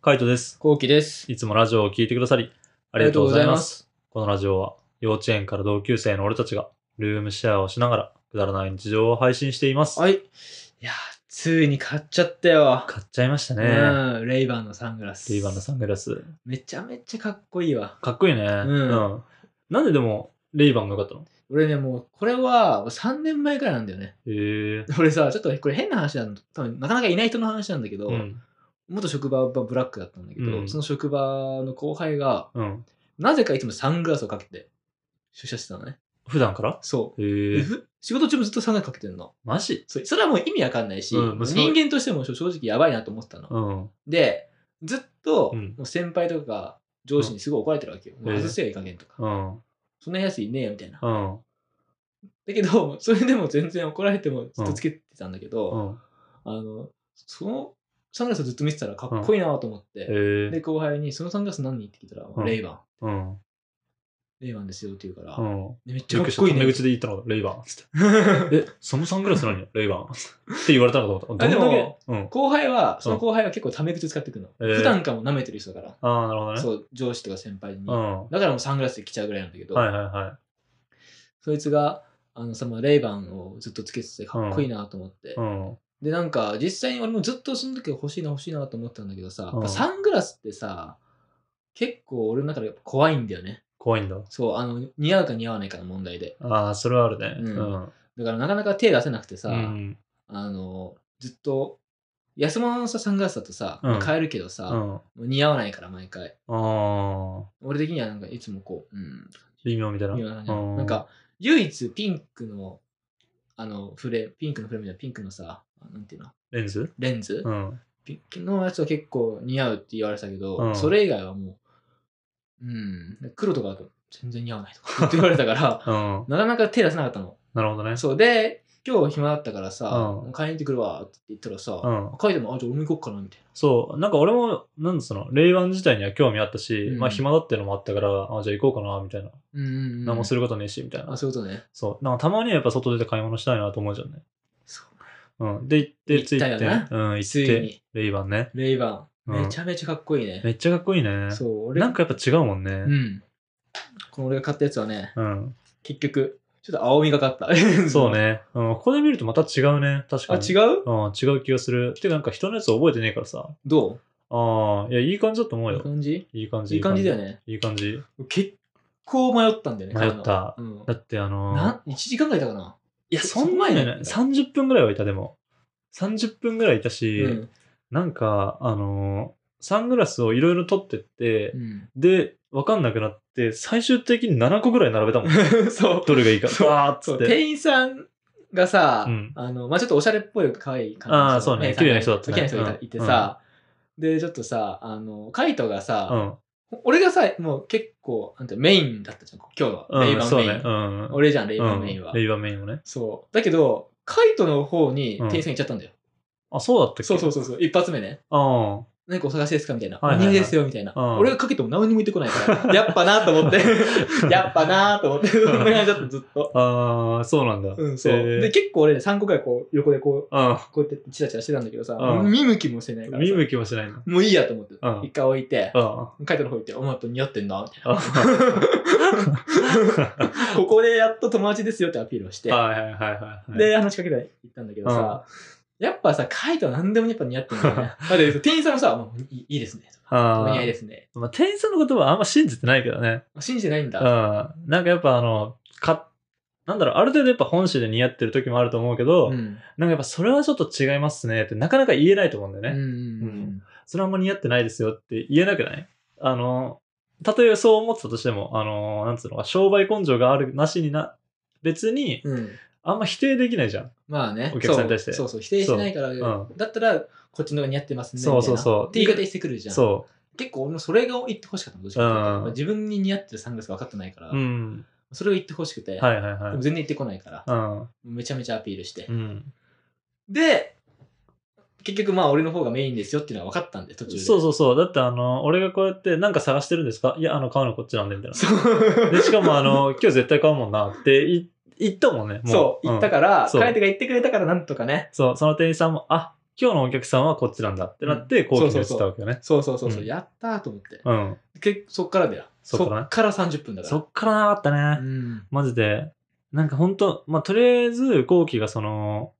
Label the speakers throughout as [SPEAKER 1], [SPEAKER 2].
[SPEAKER 1] カイトです。
[SPEAKER 2] こうきです。
[SPEAKER 1] いつもラジオを聞いてくださり、ありがとうございます。このラジオは、幼稚園から同級生の俺たちが、ルームシェアをしながら、くだらない日常を配信しています。
[SPEAKER 2] はい。いやー、ついに買っちゃったよ。
[SPEAKER 1] 買っちゃいましたね。
[SPEAKER 2] うん、レイバンのサングラス。
[SPEAKER 1] リーバンのサングラス。
[SPEAKER 2] めちゃめちゃかっこいいわ。
[SPEAKER 1] かっこいいね。
[SPEAKER 2] ん
[SPEAKER 1] うんなんででも、レイバンが良かったの
[SPEAKER 2] 俺ね、もう、これは3年前からなんだよね。
[SPEAKER 1] へえ。
[SPEAKER 2] 俺さ、ちょっとこれ変な話なんだ。多分なかなかいない人の話なんだけど、
[SPEAKER 1] うん。
[SPEAKER 2] 元職場はブラックだったんだけど、
[SPEAKER 1] うん
[SPEAKER 2] その職場の後輩が、
[SPEAKER 1] うん。
[SPEAKER 2] なぜかいつもサングラスをかけて出社してたのね。
[SPEAKER 1] 普段から
[SPEAKER 2] そ
[SPEAKER 1] へ
[SPEAKER 2] う。
[SPEAKER 1] え
[SPEAKER 2] で。ふ仕事中もずっとサングラスかけてんの。
[SPEAKER 1] マジ
[SPEAKER 2] そうそれはもう意味わかんないし、
[SPEAKER 1] うんまあそう
[SPEAKER 2] 人間としても正直やばいなと思ってたの。
[SPEAKER 1] うん。
[SPEAKER 2] で、ずっと、
[SPEAKER 1] うん
[SPEAKER 2] もう先輩とかが上司にすごい怒られてるわけよ。もう
[SPEAKER 1] ええ
[SPEAKER 2] 外せよ、いい加減とか。
[SPEAKER 1] うん。
[SPEAKER 2] そんなやついねえよ、みたいな。
[SPEAKER 1] うん。
[SPEAKER 2] だけど、 それでも全然怒られてもずっとつけてたんだけど、
[SPEAKER 1] うん。
[SPEAKER 2] あの、そのサングラスをずっと見てたらかっこいいなと思って、
[SPEAKER 1] へえ。
[SPEAKER 2] で、後輩に、そのサングラス何って聞いたら、
[SPEAKER 1] うん
[SPEAKER 2] レイバン。
[SPEAKER 1] うん。
[SPEAKER 2] レイバンですよって言うから、
[SPEAKER 1] うん。
[SPEAKER 2] でめっち
[SPEAKER 1] びっく
[SPEAKER 2] ゃか
[SPEAKER 1] り
[SPEAKER 2] っ
[SPEAKER 1] した。
[SPEAKER 2] こいい
[SPEAKER 1] タメ
[SPEAKER 2] ね。
[SPEAKER 1] 口で言ったの、レイバン。つって。え、そのサングラス何レイバン。って言われたのかと思った。
[SPEAKER 2] あ
[SPEAKER 1] ど
[SPEAKER 2] で
[SPEAKER 1] んだ
[SPEAKER 2] も
[SPEAKER 1] けうん。
[SPEAKER 2] 後輩は、その後輩は結構タメ口使ってくの。
[SPEAKER 1] ええ
[SPEAKER 2] 普段からも舐めてる人だから、
[SPEAKER 1] ああ、なるほどね。
[SPEAKER 2] そう、上司とか先輩に。
[SPEAKER 1] う
[SPEAKER 2] だ
[SPEAKER 1] ん。は
[SPEAKER 2] からもうサングラスで来ちゃうぐらいなんだけ
[SPEAKER 1] い
[SPEAKER 2] ど、
[SPEAKER 1] はいは
[SPEAKER 2] そいつが、あのさ、まあ、レイバンをずっとつけてて、かっこいいなと思って。
[SPEAKER 1] い。うん。
[SPEAKER 2] で、なんか、実際に俺もずっとその時欲しいな欲しいなと思ってたんだけどさ、やっぱ
[SPEAKER 1] うん
[SPEAKER 2] サングラスってさ、結構俺の中で怖いんだよね。
[SPEAKER 1] 怖いんだ。
[SPEAKER 2] そう、あの、似合うか似合わないかの問題で。
[SPEAKER 1] ああ、それはあるね。う
[SPEAKER 2] うん
[SPEAKER 1] ん。
[SPEAKER 2] だからなかなか手出せなくてさ、
[SPEAKER 1] うん。
[SPEAKER 2] あの、ずっと、安物のさ、サングラスだとさ、
[SPEAKER 1] うん
[SPEAKER 2] 買えるけどさ、
[SPEAKER 1] うん。あ
[SPEAKER 2] 似合わないから毎回。
[SPEAKER 1] あ、
[SPEAKER 2] 俺的にはなんかいつもこう、うん、
[SPEAKER 1] 微妙みたいな。
[SPEAKER 2] 微妙な感じなの
[SPEAKER 1] うん
[SPEAKER 2] なんか、唯一ピンクの、あの、フレーム、ピンクのフレームじゃないピンクのさ、なんていうの、
[SPEAKER 1] レンズ
[SPEAKER 2] レンズ、
[SPEAKER 1] うん。
[SPEAKER 2] ピンクのやつは結構似合うって言われてたけど、
[SPEAKER 1] うん、
[SPEAKER 2] それ以外はもう、うん、黒とかだと全然似合わないとかって 言われたから
[SPEAKER 1] うん。
[SPEAKER 2] なかなか手出せなかったの。
[SPEAKER 1] なるほどね。
[SPEAKER 2] そうで、今日暇だったからさ、
[SPEAKER 1] うん
[SPEAKER 2] 買いに行ってくるわって言ったらさ、
[SPEAKER 1] うん。
[SPEAKER 2] 書いても、あ、じゃあ俺も行こっかなみたい
[SPEAKER 1] そう。なんか俺も、なんだその、レイバン自体には興味あったし、
[SPEAKER 2] うん
[SPEAKER 1] まあ暇だっていうのもあったから、あじゃあ行こうかな、みたいな。
[SPEAKER 2] な。うんうんうん、
[SPEAKER 1] 何もす
[SPEAKER 2] る。
[SPEAKER 1] ることねえし、みたいな
[SPEAKER 2] あ、。そういうことね。
[SPEAKER 1] そう。なんかたまにはやっぱ外出て買い物したいなと思うじゃんね。
[SPEAKER 2] そう
[SPEAKER 1] うん。で、行って、
[SPEAKER 2] 行
[SPEAKER 1] つ
[SPEAKER 2] っ
[SPEAKER 1] い
[SPEAKER 2] た
[SPEAKER 1] て
[SPEAKER 2] よな、
[SPEAKER 1] うん、行っ
[SPEAKER 2] つい
[SPEAKER 1] て、
[SPEAKER 2] に、
[SPEAKER 1] レイバンね。
[SPEAKER 2] レイバン、
[SPEAKER 1] うん
[SPEAKER 2] めちゃめちゃかっこいいね。
[SPEAKER 1] めっちゃかっこいいね。
[SPEAKER 2] そう、俺
[SPEAKER 1] なんかやっぱ違うもんね。
[SPEAKER 2] うん。この俺が買ったやつはね、
[SPEAKER 1] うん。
[SPEAKER 2] 結局、ちょっと青みがかった。
[SPEAKER 1] そう。ね。うん、ここで見るとまた違うね。確 か
[SPEAKER 2] あ、
[SPEAKER 1] に。
[SPEAKER 2] 違
[SPEAKER 1] う
[SPEAKER 2] う
[SPEAKER 1] うん、違う気がする。てかなんか人のやつ覚えてねえからさ。
[SPEAKER 2] ど
[SPEAKER 1] ああ、いや、いい感じだと思う
[SPEAKER 2] ういい
[SPEAKER 1] よ。
[SPEAKER 2] 感じ
[SPEAKER 1] いい感じ。
[SPEAKER 2] いい感じだよ
[SPEAKER 1] ね。
[SPEAKER 2] ね。
[SPEAKER 1] いい感じ。
[SPEAKER 2] 結構迷ったんだよね。
[SPEAKER 1] 迷った
[SPEAKER 2] 買うの。
[SPEAKER 1] だってあ
[SPEAKER 2] う
[SPEAKER 1] の
[SPEAKER 2] ん。
[SPEAKER 1] ー
[SPEAKER 2] な、1時間ぐらいいたかな。
[SPEAKER 1] いや、そんなにはない。30分ぐらいはいた、でも。30分ぐらいいたし、
[SPEAKER 2] うん。
[SPEAKER 1] なんか、あのーサングラスをいろいろ取ってって、
[SPEAKER 2] うん。
[SPEAKER 1] で、わかんなくなって、最終的に7個ぐらい並べたも ん。
[SPEAKER 2] そう。
[SPEAKER 1] どれがいいか。
[SPEAKER 2] そう
[SPEAKER 1] わーっつ
[SPEAKER 2] そう
[SPEAKER 1] って。
[SPEAKER 2] 店員さんがさ、
[SPEAKER 1] うん
[SPEAKER 2] あの、まあちょっとおしゃれっぽい可愛い感じ
[SPEAKER 1] あーそうね綺麗な人だったね
[SPEAKER 2] 綺麗な人がいた
[SPEAKER 1] うん
[SPEAKER 2] いてさ、で、ちょっとさ、あの、カイトが
[SPEAKER 1] う
[SPEAKER 2] さ、
[SPEAKER 1] ん。
[SPEAKER 2] 俺がさ、もう結構、なんてメインだったじゃん、今日は。レイ
[SPEAKER 1] うん、
[SPEAKER 2] バンメ
[SPEAKER 1] そう
[SPEAKER 2] イ
[SPEAKER 1] ね。うん。
[SPEAKER 2] ン。俺じゃん、レイ
[SPEAKER 1] う
[SPEAKER 2] バ
[SPEAKER 1] ん
[SPEAKER 2] ンメインは
[SPEAKER 1] レ。イバンメインをね。
[SPEAKER 2] そう。だけど、カイトの方に店員さん行っちゃったんだよ。
[SPEAKER 1] あ、そうだったっけ
[SPEAKER 2] そうそうそうそう、一発目ね。
[SPEAKER 1] あ
[SPEAKER 2] 何かお探しですかみたいな。
[SPEAKER 1] はいはいはい
[SPEAKER 2] お似合いですよ、みたいな。
[SPEAKER 1] うん
[SPEAKER 2] 俺がかけても何にも言ってこないから。 やっぱなと 思って。やっぱなと思って。そんな感じだった、ずっと。
[SPEAKER 1] あ。ああ、そうなんだ。
[SPEAKER 2] うん、そう。
[SPEAKER 1] へー
[SPEAKER 2] で、結構俺ね、3個ぐらいこう、横でこう、
[SPEAKER 1] う
[SPEAKER 2] こうやってチラチラしてたんだけどさ、
[SPEAKER 1] うん
[SPEAKER 2] 見向きもしてない
[SPEAKER 1] ん。
[SPEAKER 2] から
[SPEAKER 1] 見
[SPEAKER 2] さ。
[SPEAKER 1] 向きもしないな。
[SPEAKER 2] もういいやと思って
[SPEAKER 1] うん。
[SPEAKER 2] 一回置いて、
[SPEAKER 1] うん。
[SPEAKER 2] カイトの方行って、お前やっぱ似合ってんな、みたいな。
[SPEAKER 1] は
[SPEAKER 2] ここでやっと友達ですよってアピールをし
[SPEAKER 1] い
[SPEAKER 2] て、
[SPEAKER 1] はいはいはい。、
[SPEAKER 2] で、話しかけて行ったんだけどさ、やっぱさ、カイトは何でもやっぱ似合ってんだよ ね。だって店員さんもさ、もういいいいですね。
[SPEAKER 1] あ
[SPEAKER 2] お似合いで
[SPEAKER 1] ー
[SPEAKER 2] すね。
[SPEAKER 1] まあ、店員さんの言葉はあんま信じてないけどね。
[SPEAKER 2] 信じてないん
[SPEAKER 1] う
[SPEAKER 2] だ。
[SPEAKER 1] ん。なんかやっぱあの、か、なんだろう、ある程度やっぱ本心で似合ってる時もあると思うけど、
[SPEAKER 2] うん。
[SPEAKER 1] なんかやっぱそれはちょっと違いますねってなかなか言えないと思うんだ
[SPEAKER 2] う
[SPEAKER 1] よね。
[SPEAKER 2] ん。
[SPEAKER 1] それはあんま似合ってないですよって言えなくないあの、たとえそう思ってたとしても、あの、なんつうのか、商売根性があるなしにな、別に、
[SPEAKER 2] うん。
[SPEAKER 1] あんま否定できないじゃん。
[SPEAKER 2] まあね。
[SPEAKER 1] お客さんに対して
[SPEAKER 2] そうそうそう、否定しないから、
[SPEAKER 1] う
[SPEAKER 2] だったら、こっちの方が似合ってますね。
[SPEAKER 1] そうそう
[SPEAKER 2] みたいな
[SPEAKER 1] そう
[SPEAKER 2] って言い方してくるじゃん。
[SPEAKER 1] そ
[SPEAKER 2] 結構俺もそれが言ってほしかったのどっちかっていうと
[SPEAKER 1] うん
[SPEAKER 2] まあ自分に似合ってるサングラスが分かってないから、
[SPEAKER 1] う。うん。
[SPEAKER 2] それを言ってほしくて、
[SPEAKER 1] はいはいは
[SPEAKER 2] でも
[SPEAKER 1] い。
[SPEAKER 2] 全然言ってこないから、
[SPEAKER 1] うん。
[SPEAKER 2] めちゃめちゃアピールして、
[SPEAKER 1] うん。
[SPEAKER 2] で結局まあ俺の方がメインですよっていうのが分かったんで途中で
[SPEAKER 1] そうそうそう。だってあの、俺がこうやってなんか探してるんですかいや、あの、買うのこっちなんで、み たいな。
[SPEAKER 2] そうそう
[SPEAKER 1] で、しかもあの、今日絶対買うもんなってい言ったもんね。も
[SPEAKER 2] そう言ったから、
[SPEAKER 1] そう
[SPEAKER 2] カエテが言ってくれたからなんとかね
[SPEAKER 1] そう、その店員さんも、あ、今日のお客さんはこっちなんだってなって、後期に移ったわけよね。
[SPEAKER 2] そうそうそうそう、
[SPEAKER 1] うん
[SPEAKER 2] やったーと思って。
[SPEAKER 1] うん。
[SPEAKER 2] けそっからだよ。
[SPEAKER 1] そ
[SPEAKER 2] そ
[SPEAKER 1] っからね
[SPEAKER 2] っから30分だから。
[SPEAKER 1] そっから長かったね。
[SPEAKER 2] うん。
[SPEAKER 1] マジで、なんかほんと、まあ、とりあえず、後期がその、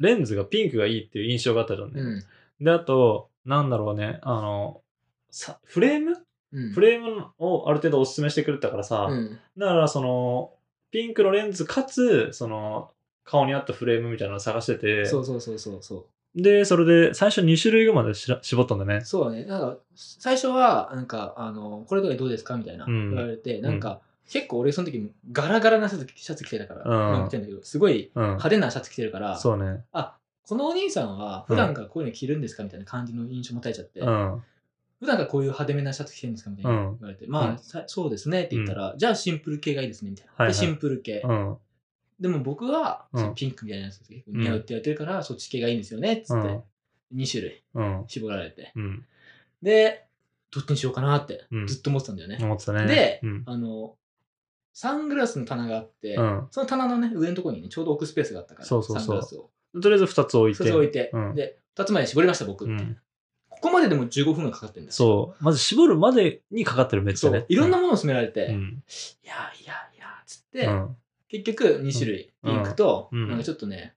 [SPEAKER 1] レンズがピンクがいいっていう印象があったじゃんね。
[SPEAKER 2] うん。
[SPEAKER 1] で、あと、なんだろうね、あの、さフレーム
[SPEAKER 2] うん。
[SPEAKER 1] フレームをある程度おすすめしてくれたからさ、
[SPEAKER 2] うん。
[SPEAKER 1] だからその、ピンクのレンズかつ、その、顔に合ったフレームみたいなのを探してて、
[SPEAKER 2] そうそうそうそうそう。
[SPEAKER 1] で、それで最初2種類までしら絞ったんだね。
[SPEAKER 2] そうだね。なんか、最初は、なんか、あの、これとかどうですかみたいな、
[SPEAKER 1] うん
[SPEAKER 2] 言われて、なんか、結構俺その時ガラガラなシャツシャツ着てたから、
[SPEAKER 1] うん
[SPEAKER 2] 着てんだけど、すごい
[SPEAKER 1] うん。
[SPEAKER 2] 派手なシャツ着てるから、
[SPEAKER 1] そうね。
[SPEAKER 2] あ、このお兄さんは普段からこういうの着るんですかみたいな感じの印象もたえちゃって、
[SPEAKER 1] うん。
[SPEAKER 2] 普段からこういう派手めなシャツ着てるんですかみたいな
[SPEAKER 1] うん
[SPEAKER 2] 言われて、まあ、
[SPEAKER 1] うん
[SPEAKER 2] さそうですねって言ったら、じゃあシンプル系がいいですねみたいな。
[SPEAKER 1] はいはい
[SPEAKER 2] で、シンプル系。
[SPEAKER 1] うん。
[SPEAKER 2] でも僕は、
[SPEAKER 1] うん
[SPEAKER 2] そのピンクみたいなやつが結構似合うって言われてるから、そっち系がいいんですよねっつ
[SPEAKER 1] う
[SPEAKER 2] って、
[SPEAKER 1] ん。
[SPEAKER 2] 2種類
[SPEAKER 1] うん。
[SPEAKER 2] 絞られて。
[SPEAKER 1] うん。
[SPEAKER 2] で、どっちにしようかなって
[SPEAKER 1] うん
[SPEAKER 2] ずっと思ってたんだよね。
[SPEAKER 1] 思ってたね。
[SPEAKER 2] で
[SPEAKER 1] うん。
[SPEAKER 2] あの、サングラスの棚があって、
[SPEAKER 1] うん
[SPEAKER 2] その棚のね、上のところにね、ちょうど置くスペースがあったから、
[SPEAKER 1] そうそうそう
[SPEAKER 2] サングラスを。
[SPEAKER 1] とりあえず2つ置いて。
[SPEAKER 2] それ置いて、
[SPEAKER 1] うん
[SPEAKER 2] で、2つまで絞りました、僕、
[SPEAKER 1] う
[SPEAKER 2] みたい
[SPEAKER 1] ん
[SPEAKER 2] な。ここまででも15分がかかってるんだよ
[SPEAKER 1] そう。まず絞るまでにかかってる、めっち
[SPEAKER 2] そ
[SPEAKER 1] ゃ
[SPEAKER 2] う、
[SPEAKER 1] ね。
[SPEAKER 2] いろんなものを勧められて、
[SPEAKER 1] うん。
[SPEAKER 2] いやいやいや、つっ
[SPEAKER 1] う
[SPEAKER 2] て、
[SPEAKER 1] ん。
[SPEAKER 2] 結局2種類、
[SPEAKER 1] うん
[SPEAKER 2] ピンクと、
[SPEAKER 1] うん
[SPEAKER 2] なんかちょっとね、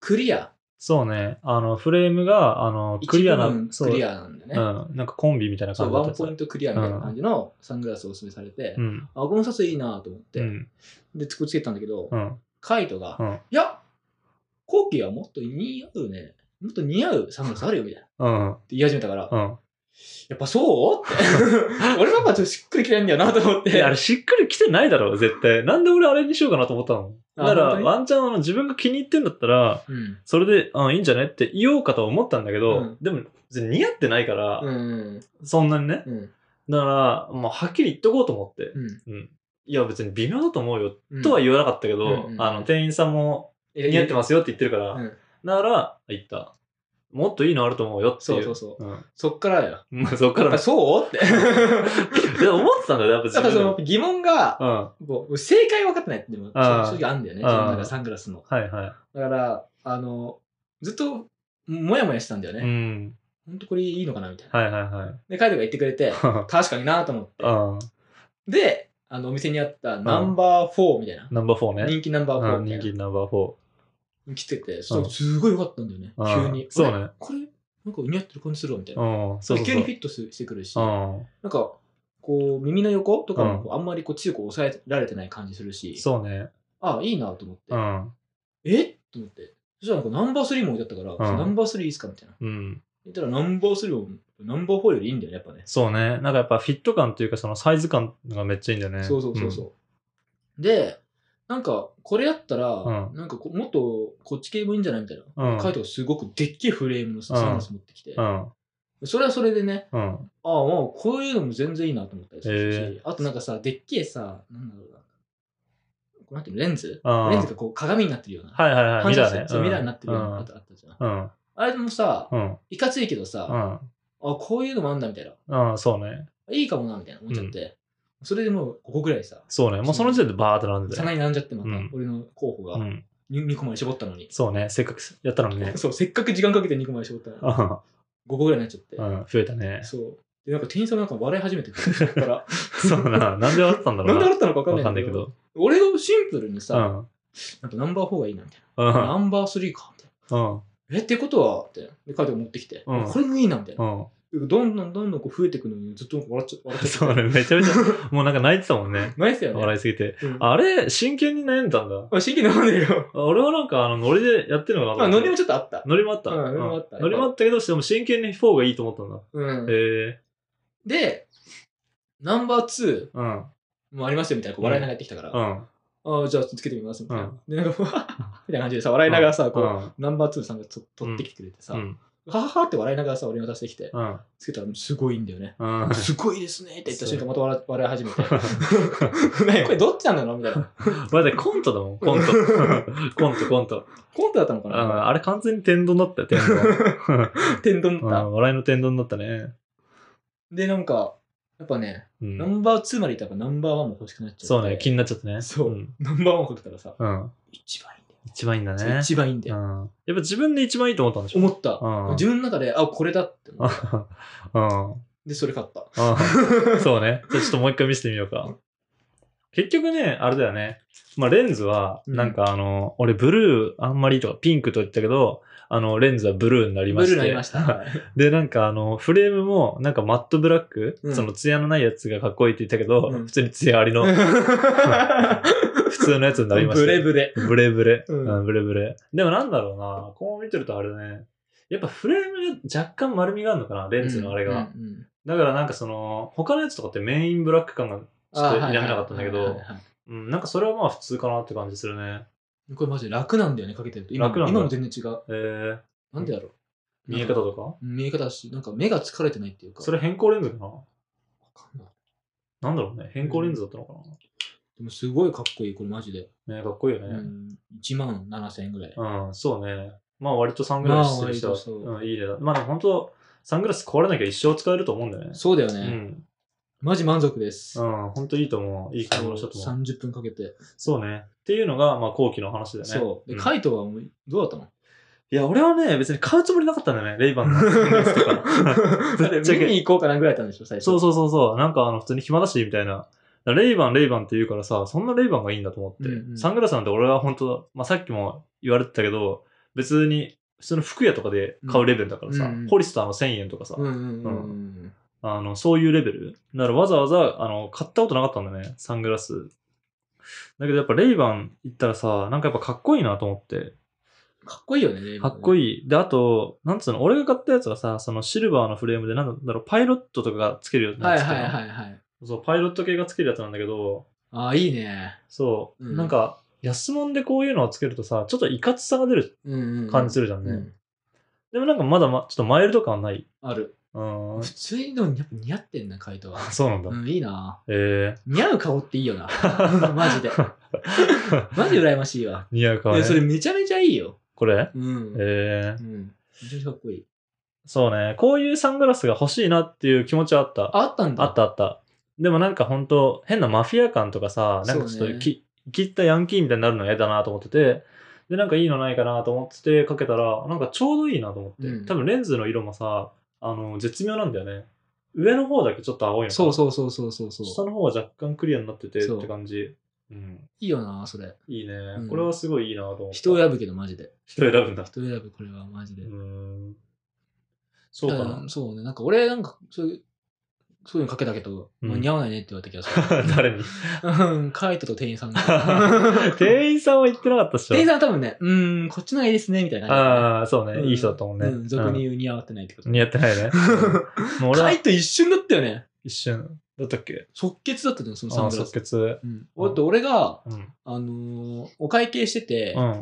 [SPEAKER 2] クリア、
[SPEAKER 1] そうね。あの、フレームが、あの、クリアな
[SPEAKER 2] 一部、分
[SPEAKER 1] そう
[SPEAKER 2] クリアなんだよね。
[SPEAKER 1] うん。なんかコンビみたいな
[SPEAKER 2] そ
[SPEAKER 1] 感じ
[SPEAKER 2] う
[SPEAKER 1] だっ
[SPEAKER 2] ワ
[SPEAKER 1] た
[SPEAKER 2] ン
[SPEAKER 1] やつ
[SPEAKER 2] ポイントクリアみたいな感じのサングラスをお勧めされて、
[SPEAKER 1] うん。
[SPEAKER 2] あ、このシャツいいなと思って、
[SPEAKER 1] うん。
[SPEAKER 2] で、つくつけたんだけど、
[SPEAKER 1] うん。
[SPEAKER 2] カイトが、
[SPEAKER 1] うん
[SPEAKER 2] いや、後期はもっと似合うね。もっと似合うサングラスあるよ、みたいな。っ
[SPEAKER 1] うん。
[SPEAKER 2] て言い始めたから、
[SPEAKER 1] うん。
[SPEAKER 2] やっぱそうって。 俺なんかちょっとしっくりきてんだよなと思っ
[SPEAKER 1] え、
[SPEAKER 2] て。
[SPEAKER 1] あれしっくりきてないだろ、絶対。なんで俺あれにしようかなと思ったのだから、
[SPEAKER 2] あ本当に
[SPEAKER 1] ワンチャンあの自分が気に入ってんだったら、
[SPEAKER 2] うん。
[SPEAKER 1] それで、うん、いいんじゃねって言おうかとは思ったんだけど、
[SPEAKER 2] うん
[SPEAKER 1] でも、別に似合ってないから、
[SPEAKER 2] うん。
[SPEAKER 1] そんなにね。
[SPEAKER 2] うん。
[SPEAKER 1] だから、もうはっきり言っとこうと思って。
[SPEAKER 2] うん
[SPEAKER 1] うん。いや、別に微妙だと思うよ、
[SPEAKER 2] うん。
[SPEAKER 1] とは言わなかったけど、
[SPEAKER 2] うんうん
[SPEAKER 1] あの、店員さんも
[SPEAKER 2] え
[SPEAKER 1] 似合ってますよって言ってるから、
[SPEAKER 2] うん。
[SPEAKER 1] なら、言った。もっといいのあると思うよってい。
[SPEAKER 2] そううそうそう。
[SPEAKER 1] うん
[SPEAKER 2] そっからだよ。
[SPEAKER 1] まあそっか
[SPEAKER 2] や
[SPEAKER 1] ら
[SPEAKER 2] っぱ
[SPEAKER 1] ね。
[SPEAKER 2] そ うって。
[SPEAKER 1] で思ってたんだよ、やっぱ
[SPEAKER 2] や
[SPEAKER 1] 自
[SPEAKER 2] っぱ
[SPEAKER 1] 分で
[SPEAKER 2] そ
[SPEAKER 1] も
[SPEAKER 2] の疑問が、
[SPEAKER 1] うん。は
[SPEAKER 2] こう正解分かってないってでも
[SPEAKER 1] あー
[SPEAKER 2] 正直あるんだよね。
[SPEAKER 1] あー
[SPEAKER 2] そのなんかサングラスの。
[SPEAKER 1] いは
[SPEAKER 2] だから、あの、ずっと、もやもやしてたんだよ
[SPEAKER 1] い。
[SPEAKER 2] ね。
[SPEAKER 1] うん。
[SPEAKER 2] 本当これいいのかなみたいな。
[SPEAKER 1] はいはいはい。
[SPEAKER 2] で、カイトが言ってくれて、 確かになと思って。
[SPEAKER 1] あ
[SPEAKER 2] で、あの、お店にあったナンバー4みたいな。
[SPEAKER 1] ナンバーフォーね。
[SPEAKER 2] 人気ナンバー4
[SPEAKER 1] うん
[SPEAKER 2] みた
[SPEAKER 1] 人
[SPEAKER 2] い
[SPEAKER 1] 気ナンバーフ
[SPEAKER 2] な。来てて、
[SPEAKER 1] う
[SPEAKER 2] そ
[SPEAKER 1] ん
[SPEAKER 2] すごい良かったんだよね。
[SPEAKER 1] うん
[SPEAKER 2] 急に。
[SPEAKER 1] そうね
[SPEAKER 2] あれこれ、なんか似合ってる感じするわ、みたいな。
[SPEAKER 1] ォー。うん。そうそうそう。
[SPEAKER 2] 急にフィットすしてくるし、
[SPEAKER 1] う。
[SPEAKER 2] なんんか、こう、耳の横とかもこうあんまりこう強く抑えられてない感じするし、
[SPEAKER 1] そうね。
[SPEAKER 2] ああ、いいなと思って
[SPEAKER 1] う。ん。
[SPEAKER 2] えと思って。そしたらなんかナンバー3も置いてあったから、
[SPEAKER 1] うん
[SPEAKER 2] ナンバー3いいっすかみたいな。
[SPEAKER 1] うん。
[SPEAKER 2] 言ったらナンバー3も、ナンバー4よりいいんだよね、やっぱね。
[SPEAKER 1] そうね。なんかやっぱフィット感というか、そのサイズ感がめっちゃいいんだよね。
[SPEAKER 2] そうそうそうそう。で、なんか、これやったら、
[SPEAKER 1] う
[SPEAKER 2] なんかこもっとこっち系もいいんじゃないみたいな。
[SPEAKER 1] うん。うん。
[SPEAKER 2] カイトがすごくでっけえフレームのサングラス持ってきて、
[SPEAKER 1] うん。
[SPEAKER 2] それはそれでね、
[SPEAKER 1] うん。
[SPEAKER 2] ああ、もうこういうのも全然いいなと思ったりするし、
[SPEAKER 1] へえ
[SPEAKER 2] あとなんかさ、でっけえさ、なんだろうな、こうなんていうの、レンズ
[SPEAKER 1] うん
[SPEAKER 2] レンズがこう鏡になってるような。
[SPEAKER 1] はいはいはい。
[SPEAKER 2] 反
[SPEAKER 1] ミ
[SPEAKER 2] 射
[SPEAKER 1] ラ
[SPEAKER 2] して
[SPEAKER 1] ーね。
[SPEAKER 2] そううんミラーになってるような、
[SPEAKER 1] う
[SPEAKER 2] あ
[SPEAKER 1] ん
[SPEAKER 2] とあったじゃん。
[SPEAKER 1] うん。
[SPEAKER 2] あれでもさ、
[SPEAKER 1] うん。
[SPEAKER 2] いかついけどさ、あ
[SPEAKER 1] うん。
[SPEAKER 2] こういうのもあんだみたいな。
[SPEAKER 1] うん。そうね。
[SPEAKER 2] いいかもな、みたいな思っちゃって、それでもうここぐらいさ、
[SPEAKER 1] そうね。もうその時点でバーってなんで
[SPEAKER 2] さ
[SPEAKER 1] た
[SPEAKER 2] な
[SPEAKER 1] よ。
[SPEAKER 2] になんじゃってまた、
[SPEAKER 1] うん
[SPEAKER 2] 俺の候補が。
[SPEAKER 1] うん。
[SPEAKER 2] に 2, 個まで絞ったのに。
[SPEAKER 1] そうね。せっかくやったのにね。
[SPEAKER 2] そう、せっかく時間かけて2個まで絞ったのに。
[SPEAKER 1] う
[SPEAKER 2] 5
[SPEAKER 1] ん
[SPEAKER 2] 個ぐらいになっちゃって。
[SPEAKER 1] うん。増えたね。
[SPEAKER 2] そう。で、なんか店員さんがなんか笑い始めてく るから、
[SPEAKER 1] そうな。なんで笑ったんだろ
[SPEAKER 2] なん
[SPEAKER 1] うな。
[SPEAKER 2] で笑ったのか分
[SPEAKER 1] わ
[SPEAKER 2] か
[SPEAKER 1] か
[SPEAKER 2] ん
[SPEAKER 1] んな
[SPEAKER 2] な
[SPEAKER 1] いい
[SPEAKER 2] け
[SPEAKER 1] け
[SPEAKER 2] ど
[SPEAKER 1] ど。。
[SPEAKER 2] 俺がシンプルに
[SPEAKER 1] う
[SPEAKER 2] さ、
[SPEAKER 1] ん。
[SPEAKER 2] やっぱナンバー4がいいなみたい
[SPEAKER 1] うん。
[SPEAKER 2] な。ナンバー3かみたい
[SPEAKER 1] うん。
[SPEAKER 2] な。え、ってことはって。で、カイトが持ってきて、
[SPEAKER 1] うん
[SPEAKER 2] これもいいなみたいな。
[SPEAKER 1] うん。
[SPEAKER 2] どんどんどんどんこう増えてくのにずっと笑っちゃ笑っちゃって。
[SPEAKER 1] そうね。 めちゃめちゃ、もうなんか泣いてたもんね。
[SPEAKER 2] ナイスだよね。
[SPEAKER 1] 笑いすぎて。
[SPEAKER 2] うん
[SPEAKER 1] あれ、真剣に悩んだんだ。
[SPEAKER 2] あ、真剣に飲んでるよ。
[SPEAKER 1] 俺はなんか、あの、ノリでやってるのか
[SPEAKER 2] ま
[SPEAKER 1] な
[SPEAKER 2] あ、
[SPEAKER 1] と思
[SPEAKER 2] ノ
[SPEAKER 1] っ
[SPEAKER 2] リ
[SPEAKER 1] て
[SPEAKER 2] もちょっとあった。
[SPEAKER 1] ノリもあった。
[SPEAKER 2] うんノリもあった
[SPEAKER 1] うんノリもあったけど、でも真剣に4がいいと思ったんだ。
[SPEAKER 2] うん。
[SPEAKER 1] へえ。
[SPEAKER 2] で、ナンバー2
[SPEAKER 1] うん。
[SPEAKER 2] もありますよみたいな、こう笑いながらやってきたから
[SPEAKER 1] う、ん。
[SPEAKER 2] ああ、じゃあつけてみますみたいな。
[SPEAKER 1] うん
[SPEAKER 2] で、なんか、わあみたいな感じでさ、笑いながらさ、こう、
[SPEAKER 1] うん
[SPEAKER 2] ナンバー2さんがと取ってきてくれてさ、
[SPEAKER 1] う
[SPEAKER 2] は
[SPEAKER 1] ん。
[SPEAKER 2] ははって笑いながらさ、俺に渡してきて、
[SPEAKER 1] うん。
[SPEAKER 2] つけたら、すごいいいんだよね。
[SPEAKER 1] うん。
[SPEAKER 2] すごいですねって言った瞬間、また笑笑い始 めて、 ねこれどっちなんだろうみたいな。
[SPEAKER 1] まだコントだもん、コント。 コント、コント。
[SPEAKER 2] コントだったのか
[SPEAKER 1] うん
[SPEAKER 2] な
[SPEAKER 1] あれ完全に天丼だったよ、天 丼。
[SPEAKER 2] 天丼
[SPEAKER 1] う
[SPEAKER 2] だっ
[SPEAKER 1] ん笑いの天丼だったね。
[SPEAKER 2] た。で、なんか、やっぱね、
[SPEAKER 1] う
[SPEAKER 2] ナ
[SPEAKER 1] ん。
[SPEAKER 2] ンバー2までいったらナンバー1も欲しくなっちゃって。
[SPEAKER 1] そうね、気になっちゃったね。
[SPEAKER 2] そ
[SPEAKER 1] う
[SPEAKER 2] う
[SPEAKER 1] ん。
[SPEAKER 2] ナンバー1をかけたらさ、
[SPEAKER 1] うん。
[SPEAKER 2] 一番いいんだよ。
[SPEAKER 1] 一番いいんだ
[SPEAKER 2] そう
[SPEAKER 1] ね。
[SPEAKER 2] 一番いいんだ
[SPEAKER 1] う
[SPEAKER 2] よ。
[SPEAKER 1] ん。やっぱ自分で一番いいと思ったんでしょ
[SPEAKER 2] 思った
[SPEAKER 1] うん。
[SPEAKER 2] 自分の中で、あ、これだって思った。
[SPEAKER 1] うん。うん
[SPEAKER 2] で、それ買った。
[SPEAKER 1] そうね。じゃあちょっともう一回見せてみようか。結局ね、あれだよね。まあ、レンズは、
[SPEAKER 2] うん
[SPEAKER 1] なんかあの、俺ブルーあんまりとかピンクと言ったけど、あの、レンズはブルーになり
[SPEAKER 2] ブ
[SPEAKER 1] ま
[SPEAKER 2] ル
[SPEAKER 1] し
[SPEAKER 2] ー
[SPEAKER 1] て。
[SPEAKER 2] になりまし た。はい
[SPEAKER 1] で、なんかあの、フレームも、なんかマットブラック、
[SPEAKER 2] うん
[SPEAKER 1] そのツヤのないやつがかっこいいって言ったけど、
[SPEAKER 2] うん
[SPEAKER 1] 普通にツヤあり の、普通のやつになりました。
[SPEAKER 2] ブレブレ。
[SPEAKER 1] ブレブレ。
[SPEAKER 2] うん
[SPEAKER 1] うんブレブレ。でもなんだろうな、こう見てるとあれだね。やっぱフレームが若干丸みがあるのかな、レンズのあれが。
[SPEAKER 2] うん。うんうん
[SPEAKER 1] だからなんかその、他のやつとかってメインブラック感がちょっと否めなかったんだけ
[SPEAKER 2] あはいはい
[SPEAKER 1] ど
[SPEAKER 2] はい、はい
[SPEAKER 1] うん、なんかそれはまあ普通かなって感じするね。
[SPEAKER 2] これマジで楽なんだよね、かけてると。今
[SPEAKER 1] 楽なんだ
[SPEAKER 2] 今も全然違う。
[SPEAKER 1] えー、
[SPEAKER 2] なんでだろう。
[SPEAKER 1] 見え方とか
[SPEAKER 2] うん見え方だし、なんか目が疲れてないっていうか。
[SPEAKER 1] それ変更レンズかな
[SPEAKER 2] わかんない
[SPEAKER 1] なんだろうね。変更レンズだったのか
[SPEAKER 2] でもすごいかっこいい、これマジで。
[SPEAKER 1] な、ね、かっこいいよね。
[SPEAKER 2] うん、1万7000円ぐらい。
[SPEAKER 1] うん、そうね。まあ割とサングラスしてる人
[SPEAKER 2] まあ
[SPEAKER 1] は
[SPEAKER 2] 割とそう
[SPEAKER 1] うん、いいね。まあでも本当、サングラス壊れなきゃ一生使えると思うんだよね。
[SPEAKER 2] そうだよ
[SPEAKER 1] う
[SPEAKER 2] ね。
[SPEAKER 1] ん。
[SPEAKER 2] マジ満足です。
[SPEAKER 1] うん、本当いいと思う。いい買い物したと思う。
[SPEAKER 2] 30分かけて。
[SPEAKER 1] そうね。っていうのが、まあ後期の話だよね。
[SPEAKER 2] そう。で、
[SPEAKER 1] ん
[SPEAKER 2] カイトはもうどうだったの
[SPEAKER 1] いや、俺はね、別に買うつもりなかったんだよね。レイバンのサングラスと か。
[SPEAKER 2] だって
[SPEAKER 1] ぶっちゃけ
[SPEAKER 2] 見に行こうかなぐらいだったんでしょ、最初。
[SPEAKER 1] そうそうそうそう。なんかあの、普通に暇だし、みたいな。レイバン、レイバンって言うからさ、そんなレイバンがいいんだと思って。
[SPEAKER 2] うんうん
[SPEAKER 1] サングラスなんて俺は本当まあさっきも言われてたけど、別に、普通の服屋とかで買うレベルだからさ、
[SPEAKER 2] うんうんうん
[SPEAKER 1] ホリスターの1000円とかさ、
[SPEAKER 2] うんうんうんうん。
[SPEAKER 1] あの、そういうレベル。だからわざわざ、あの、買ったことなかったんだね、サングラス。だけどやっぱレイバン行ったらさ、なんかやっぱかっこいいなと思って。
[SPEAKER 2] かっこいいよね。
[SPEAKER 1] かっこ
[SPEAKER 2] い。
[SPEAKER 1] いい。で、あと、なんつうの、俺が買ったやつがさ、そのシルバーのフレームで、なんだろう、パイロットとかがつけるような
[SPEAKER 2] は
[SPEAKER 1] や
[SPEAKER 2] い
[SPEAKER 1] つか
[SPEAKER 2] は
[SPEAKER 1] な。
[SPEAKER 2] いはいはい。
[SPEAKER 1] そう、パイロット系がつけるやつなんだけど、
[SPEAKER 2] ああ、いいね。
[SPEAKER 1] そう、
[SPEAKER 2] うん
[SPEAKER 1] なんか、安物でこういうのをつけるとさ、ちょっといかつさが出る
[SPEAKER 2] うんうんうん。
[SPEAKER 1] 感じするじゃんね。
[SPEAKER 2] うん
[SPEAKER 1] でもなんかまだま、ちょっとマイルド感はない。
[SPEAKER 2] ある。
[SPEAKER 1] うん。
[SPEAKER 2] 普通にでもやっぱ似合ってんな、カイトは。
[SPEAKER 1] そうなんだ。
[SPEAKER 2] うん、いいな。
[SPEAKER 1] え
[SPEAKER 2] 似合う顔っていいよな。
[SPEAKER 1] え
[SPEAKER 2] マ ジで。マジ羨ましいわ。
[SPEAKER 1] 似合うか
[SPEAKER 2] い
[SPEAKER 1] ね
[SPEAKER 2] や、それめちゃめちゃいいよ。
[SPEAKER 1] これ
[SPEAKER 2] うん。
[SPEAKER 1] ええ
[SPEAKER 2] うん。めちゃめちゃかっこいい。
[SPEAKER 1] そうね。こういうサングラスが欲しいなっていう気持ちはあった。
[SPEAKER 2] ああったんだ。
[SPEAKER 1] あったあった。でもなんか本当変なマフィア感とかさ、なんかちょ
[SPEAKER 2] そ
[SPEAKER 1] っ
[SPEAKER 2] う
[SPEAKER 1] と
[SPEAKER 2] ね
[SPEAKER 1] き、切ったヤンキーみたいになるの嫌だなと思ってて、で、なんかいいのないかなと思っててかけたら、なんかちょうどいいなと思って、
[SPEAKER 2] うん
[SPEAKER 1] 多分レンズの色もさ、あの、絶妙なんだよね。上の方だけちょっと青いのかな
[SPEAKER 2] そうそうそうそうそう
[SPEAKER 1] 下
[SPEAKER 2] そう。
[SPEAKER 1] の方は若干クリアになってて
[SPEAKER 2] そう
[SPEAKER 1] って感じ。うん。
[SPEAKER 2] いいよな、それ。
[SPEAKER 1] いいね、
[SPEAKER 2] ん
[SPEAKER 1] これはすごいいいなと思った。
[SPEAKER 2] 人を選ぶけど、マジで。
[SPEAKER 1] 人選ぶんだ。
[SPEAKER 2] 人を選ぶ、これはマジで。
[SPEAKER 1] うーん。そうか
[SPEAKER 2] だらそうね。なんか俺、なんか、そういう、そういうのかけたけど、
[SPEAKER 1] うん
[SPEAKER 2] もう似合わないねって言われた気がす
[SPEAKER 1] な。 誰 に
[SPEAKER 2] る。うん、カイトと店員さんが。
[SPEAKER 1] 店員さんは言ってなかったっしょ。
[SPEAKER 2] 店員さんは多分ね、うーん、こっちの方がいいですね、みたいな感
[SPEAKER 1] ああ、そうね、
[SPEAKER 2] うん
[SPEAKER 1] いい人だったもん
[SPEAKER 2] じ
[SPEAKER 1] ね。
[SPEAKER 2] で。うん、俗に言う似合ってないってこと。
[SPEAKER 1] 似合って ないね。もう俺
[SPEAKER 2] カ
[SPEAKER 1] は
[SPEAKER 2] イト一瞬だったよね。
[SPEAKER 1] 一瞬だったっけ
[SPEAKER 2] 即決だったのよ、そのサ
[SPEAKER 1] あ
[SPEAKER 2] ン
[SPEAKER 1] あ、
[SPEAKER 2] グラ
[SPEAKER 1] 即
[SPEAKER 2] ス。
[SPEAKER 1] 決。
[SPEAKER 2] うん。だって俺が、
[SPEAKER 1] うん。
[SPEAKER 2] あのーお会計してて、
[SPEAKER 1] うん。
[SPEAKER 2] あ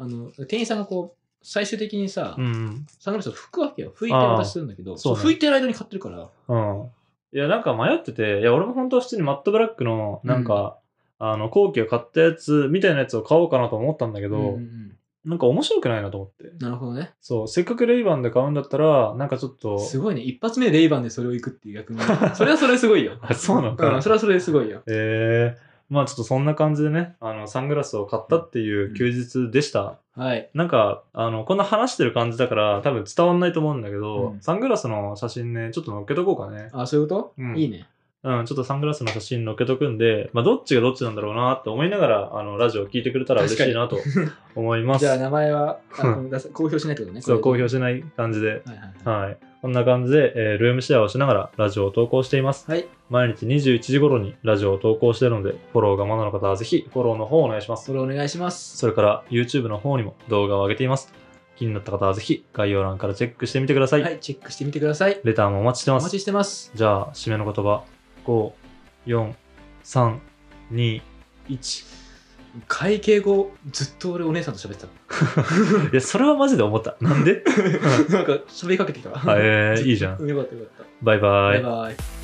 [SPEAKER 2] の、店員さんがこう、最終的にさ、
[SPEAKER 1] うん。
[SPEAKER 2] サングラスを拭くわけよ。拭いて渡すんだけど、
[SPEAKER 1] そうね
[SPEAKER 2] 拭いてる間に買ってるから。
[SPEAKER 1] うん。いや、なんか迷ってて、いや、俺も本当は普通にマットブラックの、なんか、あの、後期を買ったやつみたいなやつを買おうかなと思ったんだけ
[SPEAKER 2] うん
[SPEAKER 1] ど、
[SPEAKER 2] うんうん
[SPEAKER 1] なんか面白くないなと思って。
[SPEAKER 2] なるほどね。
[SPEAKER 1] そう、せっかくレイバンで買うんだったら、なんかちょっと、
[SPEAKER 2] すごいね。一発目レイバンでそれを行くっていう逆に。それはそれすごいよ。
[SPEAKER 1] あそうなのか
[SPEAKER 2] うんそれはそれですごいよ。
[SPEAKER 1] ええまあちょっとそんな感じでね、あの、サングラスを買ったっていう休日でした。
[SPEAKER 2] はい。
[SPEAKER 1] なんか、あの、こんな話してる感じだから、多分伝わんないと思うんだけど、
[SPEAKER 2] うん
[SPEAKER 1] サングラスの写真ね、ちょっと載っけとこうかね。
[SPEAKER 2] あ、そういうこと、
[SPEAKER 1] うん
[SPEAKER 2] いいね。
[SPEAKER 1] うん、ちょっとサングラスの写真載っけとくんで、まあ、どっちがどっちなんだろうなって思いながら、あの、ラジオ聞いてくれたら嬉しいなと思います。
[SPEAKER 2] じゃあ名前は、あ
[SPEAKER 1] うん
[SPEAKER 2] ごめんなさい公表しないってことね。
[SPEAKER 1] そう、公
[SPEAKER 2] これ
[SPEAKER 1] 表しない感じで。
[SPEAKER 2] はいはいは
[SPEAKER 1] は
[SPEAKER 2] い。
[SPEAKER 1] い。こんな感じで、えールームシェアをしながらラジオを投稿しています。
[SPEAKER 2] はい。
[SPEAKER 1] 毎日21時頃にラジオを投稿しているので、フォローがまだの方はぜひフォローの方をお願いします
[SPEAKER 2] そ。れお願いします。
[SPEAKER 1] それから YouTube の方にも動画を上げています。気になった方はぜひ概要欄からチェックしてみてください。
[SPEAKER 2] はい、チェックしてみてください。
[SPEAKER 1] レターもお待ちして
[SPEAKER 2] お
[SPEAKER 1] ま
[SPEAKER 2] 待
[SPEAKER 1] す。
[SPEAKER 2] ちしてます。
[SPEAKER 1] じゃあ、締めの言葉。5、4、3、2、1。
[SPEAKER 2] 会計後、ずっと俺お姉さんと喋ってた。
[SPEAKER 1] いや、それはマジで思った。なんで
[SPEAKER 2] なんか喋りかけてきた。
[SPEAKER 1] あえーいいじゃん。
[SPEAKER 2] ん。よかったよかった。
[SPEAKER 1] バイバイ
[SPEAKER 2] バイ。バイ。